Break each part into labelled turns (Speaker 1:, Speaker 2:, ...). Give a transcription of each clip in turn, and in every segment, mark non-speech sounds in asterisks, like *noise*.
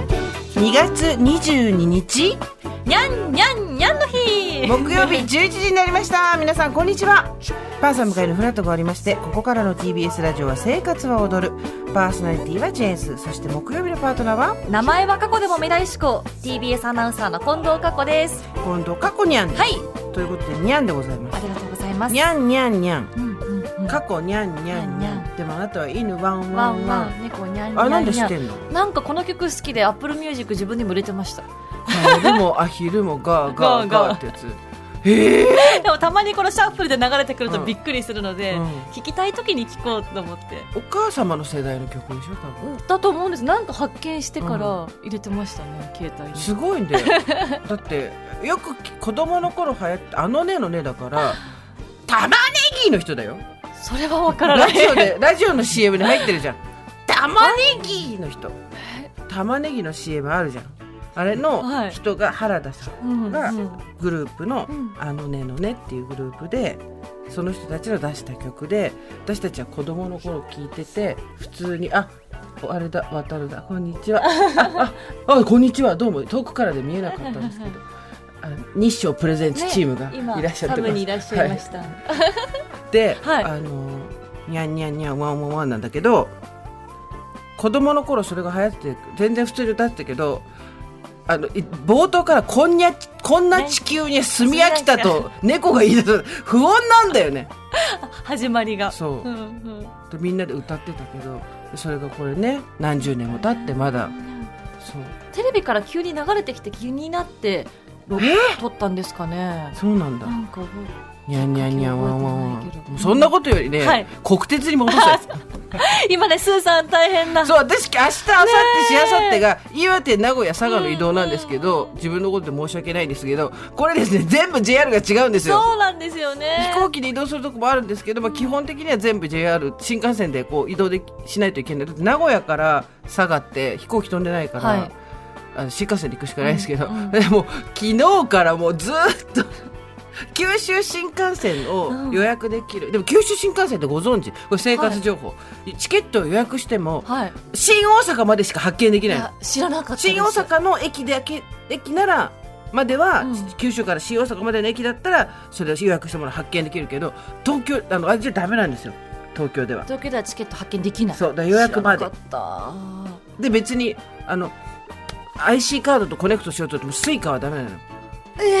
Speaker 1: 2月22日
Speaker 2: にゃんにゃんにゃんの日
Speaker 1: 木曜日11時になりました皆さんこんにちはパンサー向かいのフラットがありましてここからの TBS ラジオは「生活は踊る」パーソナリティはジェーンスそして木曜日のパートナーは
Speaker 2: 名前は過去でも未来志向 TBS アナウンサーの近藤佳子です
Speaker 1: 今度過去にゃんです、
Speaker 2: はい
Speaker 1: ということでにゃんでございま
Speaker 2: あ
Speaker 1: す
Speaker 2: りがとうございます
Speaker 1: にゃんにゃんにゃん
Speaker 2: うんうんうん
Speaker 1: 過去にゃんにゃんにゃ
Speaker 2: にゃん
Speaker 1: んでもあなたは犬ワンワ
Speaker 2: ワ
Speaker 1: ン
Speaker 2: ン
Speaker 1: ワ
Speaker 2: ワ
Speaker 1: ン
Speaker 2: ン猫にゃんにゃ
Speaker 1: あ
Speaker 2: ん
Speaker 1: なんで
Speaker 2: に
Speaker 1: 知
Speaker 2: ゃ
Speaker 1: って
Speaker 2: ん
Speaker 1: んの
Speaker 2: なんかこの曲好きで Apple Music 自分でも入れてました
Speaker 1: でもアヒルもガーガーガーってやつええ
Speaker 2: *laughs* でもたまにこのシャッフルで流れてくると
Speaker 1: うん
Speaker 2: びっくりするので、
Speaker 1: うん
Speaker 2: 聞きたい時に聞こうと思って
Speaker 1: お母様の世代の曲でしょ多分
Speaker 2: だと思うんですなんか発見してから入れてましたね、携帯に
Speaker 1: すごいんだよ *laughs* だってよくき子供の頃流行ってあのねのねだから *laughs* 玉ねぎの人だよ
Speaker 2: それはわからな
Speaker 1: ラ
Speaker 2: い
Speaker 1: ジオ *laughs* でラジオの CM に入ってるじゃん玉ねぎの人玉ねぎの CM あるじゃんあれ
Speaker 2: は
Speaker 1: の
Speaker 2: い
Speaker 1: 人が原田さん
Speaker 2: うんうん
Speaker 1: がグループの
Speaker 2: うん
Speaker 1: 「あのねのね」っていうグループでその人たちの出した曲で私たちは子供の頃聞いてて普通に「ああれだ渡るだこんにち *laughs* は」あ「ああこんにちはどうも遠くからで見えなかったんですけど」あ日照プレゼンツチームが
Speaker 2: 今
Speaker 1: いらっしゃって
Speaker 2: サ
Speaker 1: ま
Speaker 2: ブに
Speaker 1: す
Speaker 2: いらっしゃいました、
Speaker 1: で、
Speaker 2: はい
Speaker 1: あのにゃんにゃんにゃんワンワンワンなんだけど子供の頃それが流行ってて全然普通に歌ってたけどあのい冒頭からこんにゃこんな地球に住み飽きたと猫が言い出す不穏なんだよね
Speaker 2: 始まりが
Speaker 1: そう
Speaker 2: うんうん
Speaker 1: でみんなで歌ってたけどそれがこれね何十年も経ってまだそう
Speaker 2: テレビから急に流れてきて気になって録撮ったんですかね
Speaker 1: そうなんだ
Speaker 2: なんか
Speaker 1: にゃんにゃんにゃんワンワンワ
Speaker 2: 覚えてないけ
Speaker 1: ン
Speaker 2: ど
Speaker 1: そんなことよりね、
Speaker 2: はい
Speaker 1: 国鉄に戻したいです
Speaker 2: 今ねスーさん大変
Speaker 1: *laughs*
Speaker 2: な
Speaker 1: そう私明日明後日しあさってが岩手名古屋佐賀の移動なんですけど、自分のことで申し訳ないんですけどこれですね全部 JR が違うんですよ
Speaker 2: そうなんですよね
Speaker 1: 飛行機で移動するとこもあるんですけど、まあ、基本的には全部 JR 新幹線でこう移動できしないといけないだって名古屋から佐賀って飛行機飛んでないから、
Speaker 2: はい
Speaker 1: あの新幹線で行くしかないですけど、
Speaker 2: うんうん
Speaker 1: でも昨日からもうずーっと *laughs* 九州新幹線を予約できる、でも九州新幹線ってご存知これ生活情報、チケットを予約しても、
Speaker 2: はい
Speaker 1: 新大阪までしか発見でき
Speaker 2: い
Speaker 1: ない
Speaker 2: や知らなかったです
Speaker 1: 新大阪の駅だけ駅ならまでは、
Speaker 2: うん
Speaker 1: 九州から新大阪までの駅だったらそれを予約したもの発見できるけど東京あのあれじゃダメなんですよ東京では
Speaker 2: 東京ではチケット発見できない
Speaker 1: そうだから予約まで
Speaker 2: 知らなかっ
Speaker 1: で別にあの IC カードとコネクトしようと思ってもスイカはダメなの
Speaker 2: たえ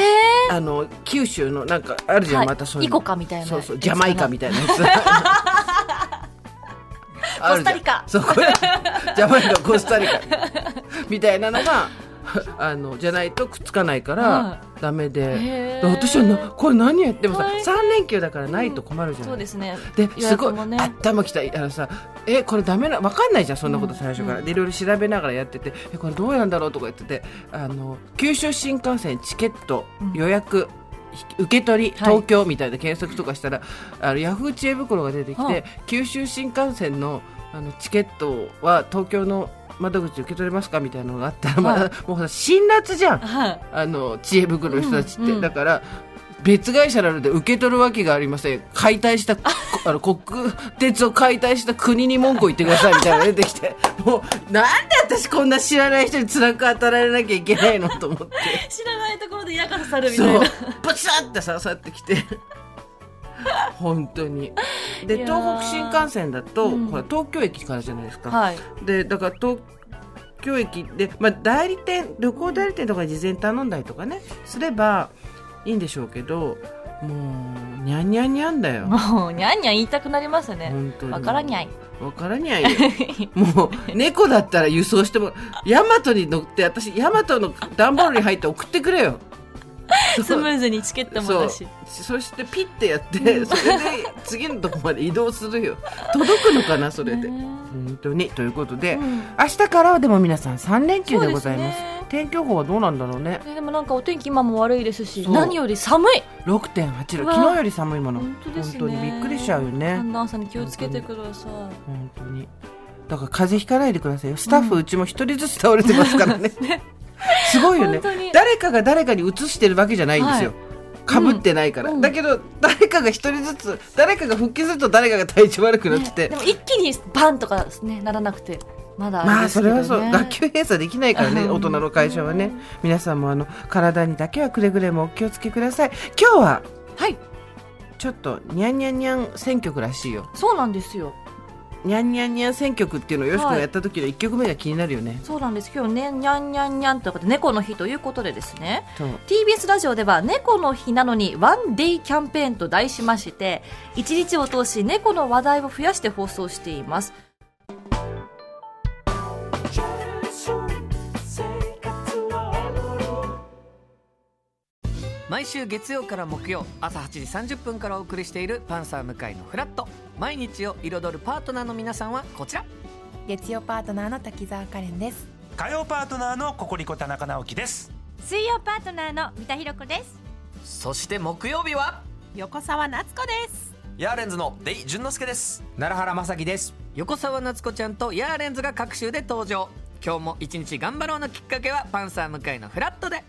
Speaker 1: あの九州のなんかある
Speaker 2: え
Speaker 1: じゃん、またそういう
Speaker 2: イコカみたいな
Speaker 1: そうそうジャマイカみたいなやつ
Speaker 2: *laughs* コスタリ
Speaker 1: あ
Speaker 2: カ
Speaker 1: るじゃんそうこれジャマイカコスタリカみたいなのがあのじゃないとくっつかないから、
Speaker 2: は
Speaker 1: ダメで
Speaker 2: へー
Speaker 1: だ私はなこれ何やってもさ
Speaker 2: 大変
Speaker 1: 3連休だからないと困るじゃ
Speaker 2: そ
Speaker 1: な
Speaker 2: う
Speaker 1: い、
Speaker 2: ですね
Speaker 1: で
Speaker 2: 予
Speaker 1: すご
Speaker 2: 約
Speaker 1: い
Speaker 2: もね
Speaker 1: 頭きたあのさえこれダメなわかんないじゃんそんなこと最初から、
Speaker 2: うん
Speaker 1: でいろいろ調べながらやっててえこれどうなんだろうとか言っててあの九州新幹線チケット
Speaker 2: うん
Speaker 1: 予約、ひ受け取り
Speaker 2: はい
Speaker 1: 東京みたいな検索とかしたら、あのヤフー知恵袋が出てき
Speaker 2: は
Speaker 1: て、
Speaker 2: あ
Speaker 1: 九州新幹線のあのチケットは東京の窓口受け取れますかみたいなのがあったら、ま
Speaker 2: は
Speaker 1: あもうさ辛辣じゃん
Speaker 2: はい
Speaker 1: あの知恵袋の人たちって、
Speaker 2: うんうん
Speaker 1: だから別会社なので受け取るわけがありません解体
Speaker 2: *laughs*
Speaker 1: したこあの国鉄を解体した国に文句を言ってくださいみたいなのが出てきて *laughs* もうなんで私こんな知らない人に辛く当たられなきゃいけないのと思
Speaker 2: *laughs*
Speaker 1: って
Speaker 2: 知らないところで嫌がらされるみた
Speaker 1: そ
Speaker 2: *laughs* いうな
Speaker 1: ブツッて刺さってきて本当にで
Speaker 2: いやー
Speaker 1: 東北新幹線だと、
Speaker 2: うん
Speaker 1: ほら東京駅からじゃないですか、
Speaker 2: はい
Speaker 1: でだから東京駅で、まあ、代理店旅行代理店とかに事前に頼んだりとかねすればいいんでしょうけどもうにゃんにゃんにゃんだよ
Speaker 2: もうにゃんにゃん言いたくなりますね
Speaker 1: 本当に
Speaker 2: わからにゃい
Speaker 1: わからにゃんよも
Speaker 2: *laughs*
Speaker 1: う猫だったら輸送してもヤマトに乗って私ヤマトの段ボールに入って送ってくれよ
Speaker 2: *laughs* スムーズにチケットも
Speaker 1: そう
Speaker 2: だし
Speaker 1: そしてピッてやってそれで次のとこまで移動するよ届くのかなそれで
Speaker 2: ね
Speaker 1: 本当にということで、
Speaker 2: うん
Speaker 1: 明日からはでも皆さん3連休でございます
Speaker 2: そうですね
Speaker 1: 天気予報はどうなんだろうね
Speaker 2: ねでもなんかお天気今も悪いですし
Speaker 1: そう
Speaker 2: 何より寒い
Speaker 1: 6.8度
Speaker 2: うわ
Speaker 1: 昨日より寒いもの
Speaker 2: 本当ですね
Speaker 1: 本にびっくりしちゃうよね
Speaker 2: 寒暖差に気をつけてください
Speaker 1: 本当にだから風邪ひかないでくださいよスタッフうちも一人ずつ倒れてます
Speaker 2: *laughs*
Speaker 1: からねすごいよね
Speaker 2: 本当に
Speaker 1: 誰かが誰かにうつしてるわけじゃないんですよ、
Speaker 2: は
Speaker 1: かぶってないから、
Speaker 2: うん
Speaker 1: だけど誰かが一人ずつ誰かが復帰すると誰かが体調悪くなってて、
Speaker 2: ねでも一気にバンとかねならなくてまだ
Speaker 1: ま
Speaker 2: れ
Speaker 1: あ
Speaker 2: です
Speaker 1: そ
Speaker 2: け
Speaker 1: れ
Speaker 2: ど
Speaker 1: はそう、
Speaker 2: ね
Speaker 1: 学級閉鎖できないからね
Speaker 2: うん
Speaker 1: 大人の会社はね皆さんもあの体にだけはくれぐれもお気をつけください今日は
Speaker 2: はい
Speaker 1: ちょっとにゃんにゃんにゃん選曲らしいよ
Speaker 2: そうなんですよ
Speaker 1: にゃんにゃんにゃん選曲っていうのをよしこが
Speaker 2: はい
Speaker 1: やった時の1曲目が気になるよね、
Speaker 2: そうなんです今日ねにゃんにゃんにゃんということで猫の日ということでですね
Speaker 1: そう
Speaker 2: TBS ラジオでは猫の日なのにワンデイキャンペーンと題しまして一日を通し猫の話題を増やして放送しています
Speaker 3: 毎週月曜から木曜朝8時30分からお送りしている「パンサー向井のフラット」毎日を彩るパートナーの皆さんはこちら
Speaker 4: 月曜パートナーの滝沢カレンです
Speaker 5: 火曜パートナーのココリコ田中直樹です
Speaker 6: 水曜パートナーの三田寛子です
Speaker 3: そして木曜日は
Speaker 4: 横澤夏子です
Speaker 7: ヤーレンズのデイ淳之介です
Speaker 5: 奈良原まさきです
Speaker 3: 横澤夏子ちゃんとヤーレンズが各週で登場今日も一日頑張ろうのきっかけは「パンサー向井のフラットで」